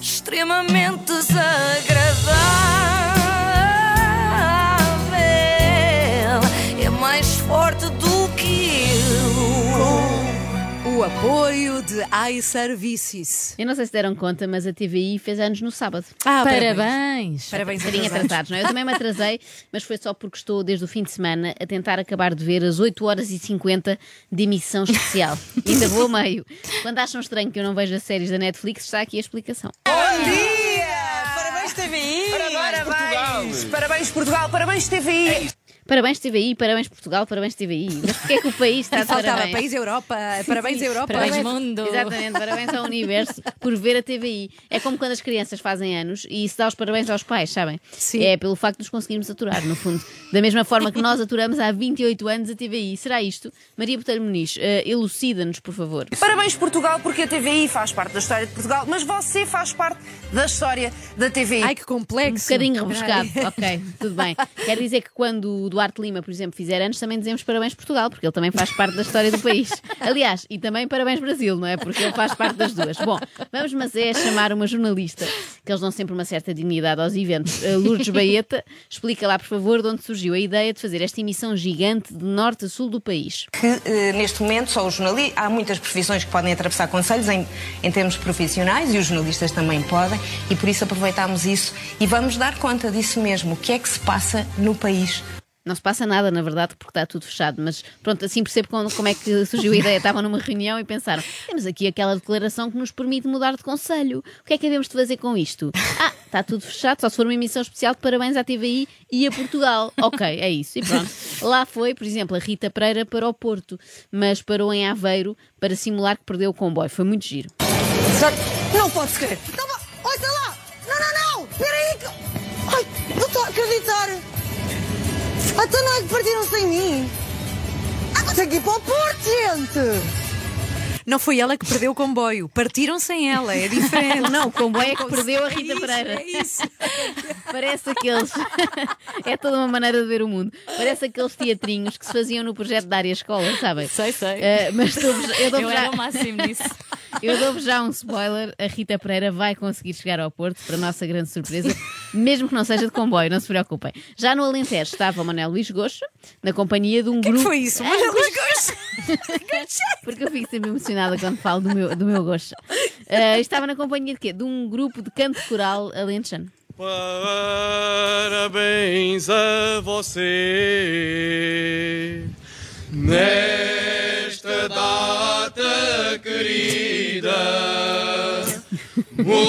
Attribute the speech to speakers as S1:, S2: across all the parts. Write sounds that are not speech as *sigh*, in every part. S1: extremamente desagradável. É mais forte do que eu.
S2: O apoio de iServices.
S3: Eu não sei se deram conta, mas a TVI fez anos no sábado.
S2: Ah,
S4: Parabéns!
S2: Parabéns,
S3: Um bocadinho
S2: atrasados.
S3: atrasados, não é? Eu também me atrasei, mas foi só porque estou desde o fim de semana a tentar acabar de ver as 8 horas e 50 de emissão especial. Ainda vou a meio. Quando acham estranho que eu não vejo as séries da Netflix, está aqui a explicação.
S4: Bom dia! Parabéns, TVI!
S5: Parabéns, Portugal!
S4: Parabéns, Portugal! Parabéns, TVI!
S3: Parabéns TVI, parabéns Portugal, parabéns TVI. Mas porquê é que o país está de
S2: Faltava
S3: parabéns?
S2: país Europa. Parabéns Europa.
S4: Parabéns, mundo!
S3: Exatamente, parabéns ao universo por ver a TVI. É como quando as crianças fazem anos e se dá os parabéns aos pais, sabem?
S2: Sim.
S3: É pelo facto de os conseguirmos aturar, no fundo. Da mesma forma que nós aturamos há 28 anos a TVI. Será isto? Maria Botelho Muniz, eh, elucida-nos, por favor.
S4: Parabéns, Portugal, porque a TVI faz parte da história de Portugal, mas você faz parte da história da TVI.
S2: Ai, que complexo.
S3: Um bocadinho rebuscado, *laughs* ok, tudo bem. Quer dizer que quando o Duarte Lima, por exemplo, fizer anos, também dizemos parabéns Portugal, porque ele também faz parte da história do país. Aliás, e também parabéns Brasil, não é? Porque ele faz parte das duas. Bom, vamos, mas é chamar uma jornalista, que eles dão sempre uma certa dignidade aos eventos. A Lourdes Baeta, explica lá, por favor, de onde surgiu a ideia de fazer esta emissão gigante de norte a sul do país.
S6: que eh, neste momento só os jornalistas, há muitas profissões que podem atravessar conselhos em, em termos profissionais e os jornalistas também podem e por isso aproveitámos isso e vamos dar conta disso mesmo, o que é que se passa no país.
S3: Não se passa nada, na verdade, porque está tudo fechado, mas pronto, assim percebo como, como é que surgiu a ideia. Estavam numa reunião e pensaram: temos aqui aquela declaração que nos permite mudar de conselho. O que é que devemos de fazer com isto? Ah, está tudo fechado, só se for uma emissão especial de parabéns à TVI e a Portugal. Ok, é isso. E pronto. Lá foi, por exemplo, a Rita Pereira para o Porto, mas parou em Aveiro para simular que perdeu o comboio. Foi muito giro.
S7: Não pode ser. Não, olha lá. Não, não, não. Espera aí. que- Ai, não estou a acreditar. Até não é que partiram sem mim. Ah, mas aqui para o Porto, gente.
S2: Não foi ela que perdeu o comboio. Partiram sem ela. É diferente.
S3: Não, o comboio é que perdeu a
S2: É
S3: Rita
S2: isso,
S3: Pereira.
S2: É isso.
S3: Parece aqueles. *laughs* é toda uma maneira de ver o mundo. Parece aqueles teatrinhos que se faziam no projeto da área escola, sabem?
S5: Sei, sei.
S3: Eh, mas dou-vos- eu dou-vos
S5: Eu era
S3: já,
S5: o máximo nisso.
S3: eu dou-vos já um spoiler: a Rita Pereira vai conseguir chegar ao Porto, para a nossa grande surpresa, mesmo que não seja de comboio, não se preocupem. Já no Alentejo estava o Manuel Luís Gosto, na companhia de um
S2: O que
S3: grupo.
S2: foi isso? Mas ela gosta.
S3: *laughs* Porque eu fico sempre emocionada quando falo do meu, do meu gosto. Eh, estava na companhia de quê? De um grupo de canto coral alentejano.
S8: Parabéns a você nesta data querida.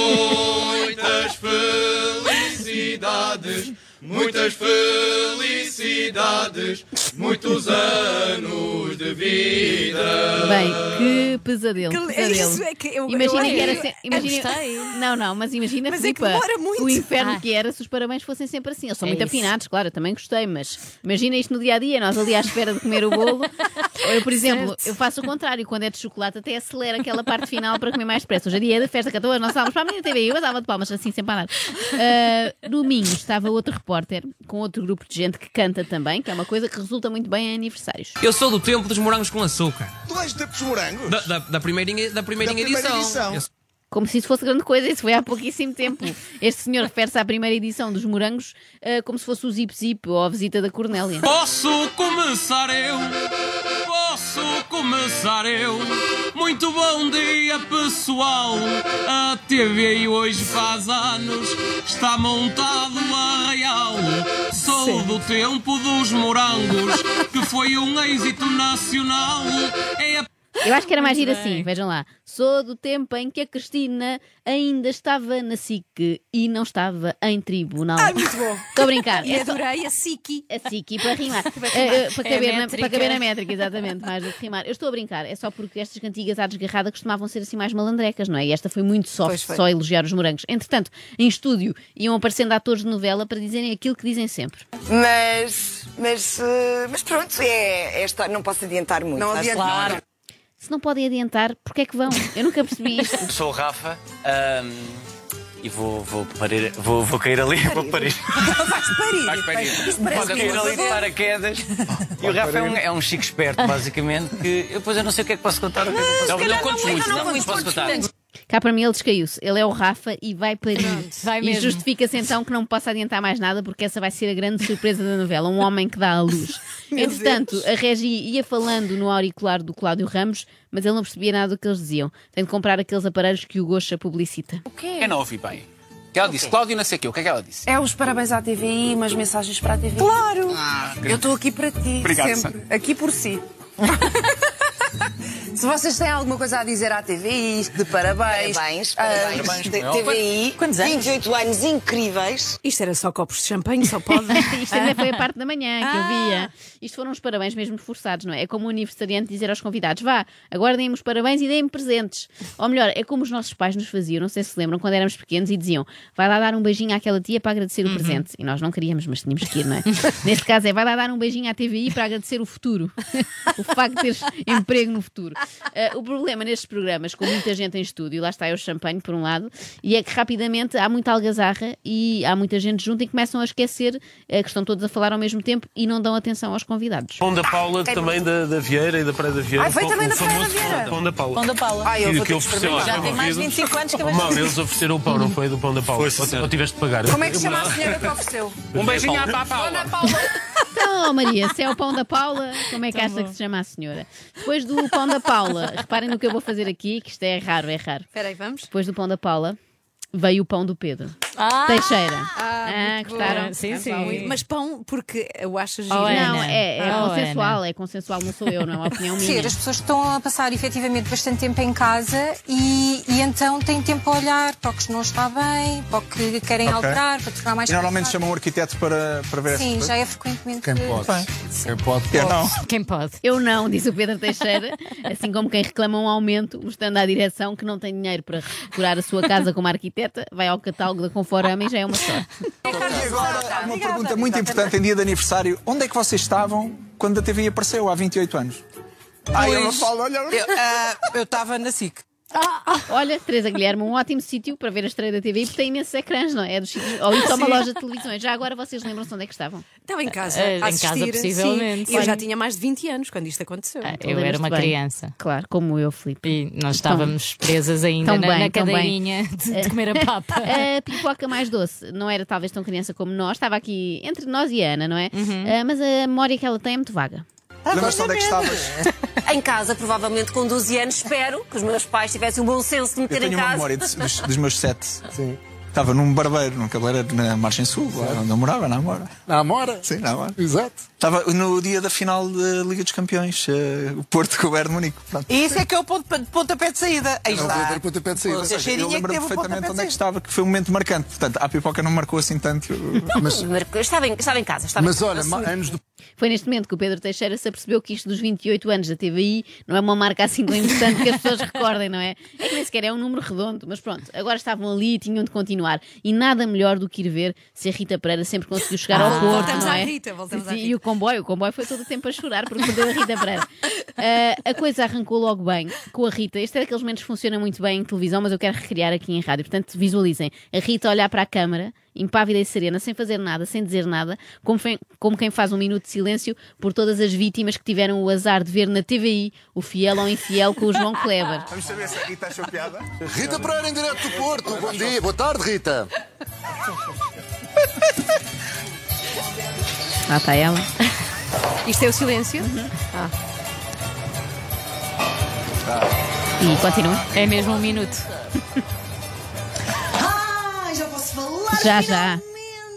S8: Muitas felicidades, muitas felicidades, muitos anos de vida.
S3: Bem, que pesadelo.
S2: Que- é
S3: pesadelo.
S2: isso, é que eu-
S3: imagina
S2: eu-
S3: que era.
S2: eu-
S3: se-
S2: eu
S3: imagina-
S5: gostei.
S3: não, não, mas imagina
S2: Mas é que
S3: Filipa,
S2: demora muito.
S3: o inferno
S5: Ah.
S3: que era se os parabéns fossem sempre assim. Eles são
S5: É
S3: muito
S5: isso.
S3: afinados, claro, eu também gostei, mas imagina isto no dia a dia, nós ali à espera de comer o bolo.
S5: *laughs*
S3: Eu, por exemplo, eu faço o contrário, quando é de chocolate, até acelero aquela parte final para comer mais depressa. Hoje é dia da festa, 14, nós estávamos para a minha TV, eu estava de palmas assim, sem parar. Uh, domingo estava outro repórter com outro grupo de gente que canta também, que é uma coisa que resulta muito bem em aniversários.
S9: Eu sou do tempo dos morangos com açúcar.
S10: Tu és de dos morangos?
S9: Da, da, da primeirinha, da primeirinha
S10: Da primeira
S9: edição.
S10: edição.
S9: Eu sou-
S3: Como se isso fosse grande coisa, isso foi há pouquíssimo tempo. Este senhor refere-se à primeira edição dos Morangos eh, como se fosse o Zip Zip ou a visita da Cornélia.
S9: Posso começar eu? Posso começar eu? Muito bom dia, pessoal. A TVI hoje faz anos. Está montado o arraial. Sou do tempo dos morangos, que foi um êxito nacional. É a
S3: Eu acho que era mais giro assim, vejam lá. Sou do tempo em que a Cristina ainda estava na SIC e não estava em tribunal.
S2: Ai, muito bom.
S3: Estou a brincar.
S2: E
S3: É só-
S2: adorei a Siki.
S3: A SIC e Assim, para rimar. Eh, eh, para,
S5: É a
S3: caber na,
S5: métrica.
S3: para caber na métrica, exatamente, mais do que rimar. Eu estou a brincar, é só porque estas cantigas à desgarrada costumavam ser assim mais malandrecas, não é? E esta foi muito
S2: Pois
S3: soft,
S2: foi.
S3: só elogiar os morangos. Entretanto, em estúdio iam aparecendo atores de novela para dizerem aquilo que dizem sempre.
S7: Mas, mas, eh, mas pronto, é, é esta- não posso adiantar muito.
S4: Não
S7: acho.
S4: adianta.
S3: Se não podem adiantar, porque é que vão? Eu nunca percebi isto.
S11: Sou o Rafa ahm, e vou, vou, parir, vou, vou cair ali, vou parir.
S9: mais
S11: Vou cair ali de paraquedas. E o Rafa é um, é um chico esperto, basicamente, que eu, depois eu não sei o que é que posso contar. o que é que não, posso
S9: Não, não contes muito,
S11: não,
S9: não
S11: posso contar.
S3: Cá para mim ele descaiu-se. Ele é o Rafa e vai parir.
S2: vai
S3: e
S2: mesmo.
S3: justifica-se então que não possa adiantar mais nada, porque essa vai ser a grande surpresa da novela. Um homem que dá
S2: *laughs*
S3: à luz. Entretanto, a Regi ia falando no auricular do Cláudio Ramos, mas ele não percebia nada do que eles diziam. Tem de comprar aqueles aparelhos que o Gocha publicita.
S10: Eu não ouvi bem. Que ela disse, Cláudio, não sei o quê. O que é que ela disse?
S4: É os parabéns à TVI, umas mensagens para a TVI. Claro! Ah, eu estou aqui para ti,
S10: Obrigado,
S4: sempre. Aqui por si. *laughs* Se vocês têm alguma coisa a dizer à TVI, de parabéns.
S7: Parabéns,
S4: Ah,
S7: parabéns.
S4: de-
S7: TVI,
S4: Quantos anos?
S7: 28 anos incríveis.
S2: Isto era só copos de champanhe, só
S3: *laughs*
S2: pode.
S3: Isto também foi a parte da manhã que eu via. Isto foram os parabéns mesmo forçados, não é? É como o aniversariante dizer aos convidados: vá, agora deem-me os parabéns e deem-me presentes. Ou melhor, é como os nossos pais nos faziam, não sei se se lembram, quando éramos pequenos e diziam: vai lá dar um beijinho àquela tia para agradecer o presente. E nós não queríamos, mas tínhamos que ir, não é? Neste caso é: vai lá dar um beijinho à TVI para agradecer o futuro. *laughs* o facto de teres emprego no futuro. Ah, o problema nestes programas, com muita gente em estúdio, lá está eu o champanhe, por um lado, e é que rapidamente há muita algazarra e há muita gente junto e começam a esquecer eh, que estão todos a falar ao mesmo tempo e não dão atenção aos convidados.
S12: Pão da Paula também da, da Vieira e da Praia da Vieira.
S3: Ah, foi
S12: O
S3: também
S12: o
S3: da Praia da
S12: famoso
S3: Vieira.
S12: Pão da Paula.
S3: Pão da Paula.
S12: Ah, eu vou
S13: Que- que
S12: ter que
S13: ofereceu
S12: experimentar.
S13: aos
S12: Já tem mais de
S13: convidados.
S12: 25
S13: anos que eu
S12: Mauro, eles ofereceram o pão, não foi do Pão da Paula. Ou, tipo, ou tiveste de pagar.
S4: Como é que chama a senhora que ofereceu?
S12: Um beijinho à
S4: Dona
S12: Paula.
S4: Paula.
S3: Então, oh Maria, se é o pão da Paula, como é que acha que se chama a senhora? Depois do pão da Paula, reparem no que eu vou fazer aqui, que isto é raro, é raro.
S2: Espera aí, vamos?
S3: Depois do pão da Paula, veio o pão do Pedro.
S2: Ah!
S3: Teixeira.
S2: Ah, muito
S3: gostaram?
S2: bom. Sim,
S3: Ah,
S2: sim.
S3: Paula.
S2: Mas pão, porque eu acho giro.
S3: não, é, é consensual, é consensual, não sou eu, não é uma opinião minha.
S13: Ser, as pessoas estão a passar efetivamente bastante tempo em casa e, e então têm tempo a olhar para o que não está bem, para o que querem
S14: Ok.
S13: alterar, para tornar mais
S14: E normalmente
S13: confortável.
S14: chamam um arquiteto para, para ver
S13: Sim,
S14: essas
S13: já é
S14: coisas.
S13: frequentemente.
S14: Quem pode?
S13: Bem.
S14: Quem pode? Quem não?
S9: é.
S3: Quem pode? Eu não, diz o Pedro Teixeira, assim como quem reclama um aumento, mostrando à direção que não tem dinheiro para curar a sua casa como arquiteta, vai ao catálogo da Conforama e já é uma só.
S14: E agora, há uma pergunta muito importante em dia de aniversário. Onde é que vocês estavam quando a TV apareceu há 28 anos? Ah, eu não
S15: Pois,
S14: falo, olha.
S15: eu- ah, Eu estava na SIC.
S3: Olha, Teresa Guilherme, um ótimo sítio para ver a estreia da TV, porque tem imensos ecrãs, não é? É dos sítios- Ou isso é uma
S2: Sim.
S3: loja de televisões. Já agora vocês lembram-se onde é que estavam?
S2: Estava Então, em casa.
S3: Eh,
S2: a
S3: em casa,
S2: assistir,
S3: possivelmente.
S2: sim. E eu já
S3: Olha. Ah,
S2: tinha mais de 20 anos quando isto aconteceu.
S16: Eu era uma criança.
S3: Claro, como eu, Filipe.
S16: E nós estávamos presas ainda
S3: Tão
S16: na,
S3: bem,
S16: na
S3: tão bem. Eh,
S16: cadeirinha de, de comer
S3: *laughs*
S16: a papa.
S3: A pipoca mais doce não era talvez tão criança como nós, estava aqui entre nós e a Ana, não é?
S16: Uhum.
S3: Ah, mas a memória que ela tem é muito vaga.
S14: Lembras-te onde é que estavas?
S17: Em casa, provavelmente com 12 anos, espero que os meus pais tivessem
S13: um
S17: o bom senso de me
S14: Eu
S17: ter em
S14: tenho uma
S17: casa.
S14: memória dos, dos- dos meus sete. Estava num barbeiro, num cabeleireiro na Margem Sul, lá onde eu morava, na Amora. Na Amora? Sim, na Amora. Exato. Estava no dia da final da Liga dos Campeões, eh, o Porto com o Bayern de Munique. Pronto.
S15: E isso é que é o ponto, pontapé de saída. Aí
S14: É o
S15: está.
S14: verdadeiro pontapé de saída.
S15: Ou
S14: Ou
S15: seja,
S14: seja, eu
S15: cheirinha que
S14: lembro
S15: teve o
S14: perfeitamente
S15: pontapé de
S14: onde é que
S15: saída.
S14: estava, que foi um momento marcante. Portanto, a pipoca não marcou assim tanto.
S17: Mas... Estava, em, estava em casa, estava em casa.
S3: Foi neste momento que o Pedro Teixeira se apercebeu que isto dos 28 anos da TVI não é uma marca assim tão importante que
S16: *laughs*
S3: as pessoas recordem, não é? É que nem sequer é um número redondo, mas pronto, agora estavam ali e tinham de continuar. E nada melhor do que ir ver se a Rita Pereira sempre conseguiu chegar
S2: Ah,
S3: ao Porto,
S2: voltamos
S3: não
S2: à
S3: é?
S2: Rita, voltamos à
S3: Sim,
S2: Rita.
S3: E o comboio, o comboio foi todo o tempo a chorar porque perdeu a Rita Pereira. Ah, a coisa arrancou logo bem com a Rita. Este é daqueles momentos que funciona muito bem em televisão, mas eu quero recriar aqui em rádio. Portanto, visualizem a Rita a olhar para a câmara, impávida e serena, sem fazer nada, sem dizer nada, como, fe- como quem faz um minuto de silêncio por todas as vítimas que tiveram o azar de ver na TVI o fiel ou infiel com o João Kleber.
S14: Vamos saber se a Rita achou piada.
S18: Rita Pereira, em direto do Porto. Bom dia, boa tarde, Rita.
S3: Lá está ela.
S2: Isto é o silêncio? Ah.
S3: E continua.
S16: É mesmo um minuto.
S7: Ah, já posso falar?
S3: Já, já.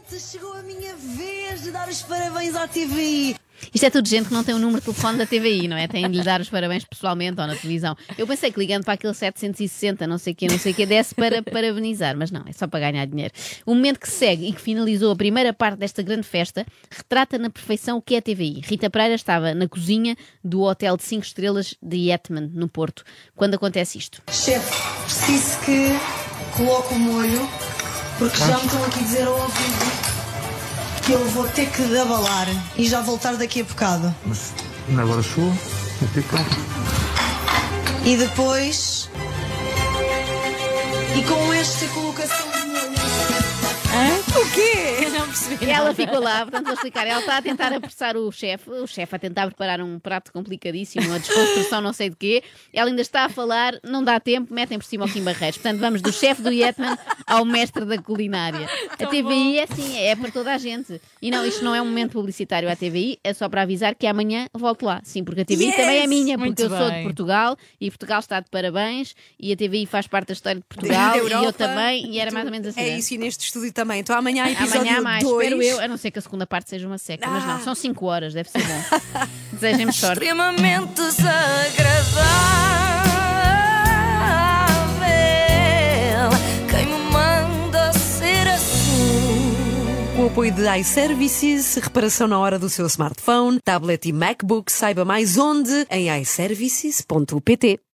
S7: Finalmente chegou a minha vez de dar os parabéns à TVI.
S3: Isto é tudo gente que não tem o número de telefone da TVI, não é? Tem de lhe dar os parabéns pessoalmente ou na televisão. Eu pensei que ligando para aquele 760, não sei o quê, não sei o quê, desse para parabenizar, mas não, é só para ganhar dinheiro. O momento que segue e que finalizou a primeira parte desta grande festa retrata na perfeição o que é TVI. Rita Pereira estava na cozinha do hotel de 5 estrelas de Yetman, no Porto, quando acontece isto.
S7: Chefe, preciso que coloque o molho, porque já me estão aqui a dizer ao ouvido que eu vou ter que abalar e já voltar daqui a bocado.
S14: Agora sou.
S7: E depois. E com esta colocação de molho.
S3: O quê?
S16: Não percebi.
S3: Ela
S16: nada.
S3: ficou lá, portanto vou explicar. Ela está a tentar apressar o chefe, o chefe a tentar preparar um prato complicadíssimo, uma desconstrução, não sei de quê. Ela ainda está a falar, não dá tempo, metem por cima ao Kim Barreiros. Portanto, vamos do chefe do Vietnã ao mestre da culinária. A
S19: Tão
S3: TVI é assim, é para toda a gente. E não, isto não é um momento publicitário à TVI, é só para avisar que amanhã volto lá. Sim, porque a TVI
S19: Yes!
S3: também é minha,
S19: Muito
S3: porque eu sou de
S19: bem.
S3: Portugal e Portugal está de parabéns e a TVI faz parte da história de
S2: *laughs*
S3: Portugal
S2: Da
S3: e eu
S2: Europa,
S3: também, e era
S2: tu-
S3: mais ou menos assim.
S2: É
S3: né?
S2: isso, e neste estúdio também. Então amanhã há episódio
S3: Amanhã há mais,
S2: dois. Ah.
S3: espero eu, a não ser que a segunda parte seja uma seca, mas não, são 5 horas, deve ser bom. *laughs* Desejem-me sorte.
S1: Extremamente desagradável. Quem me manda ser assim?
S2: Com o apoio de iServices, reparação na hora do seu smartphone, tablet e MacBook, saiba mais onde em iServices.pt.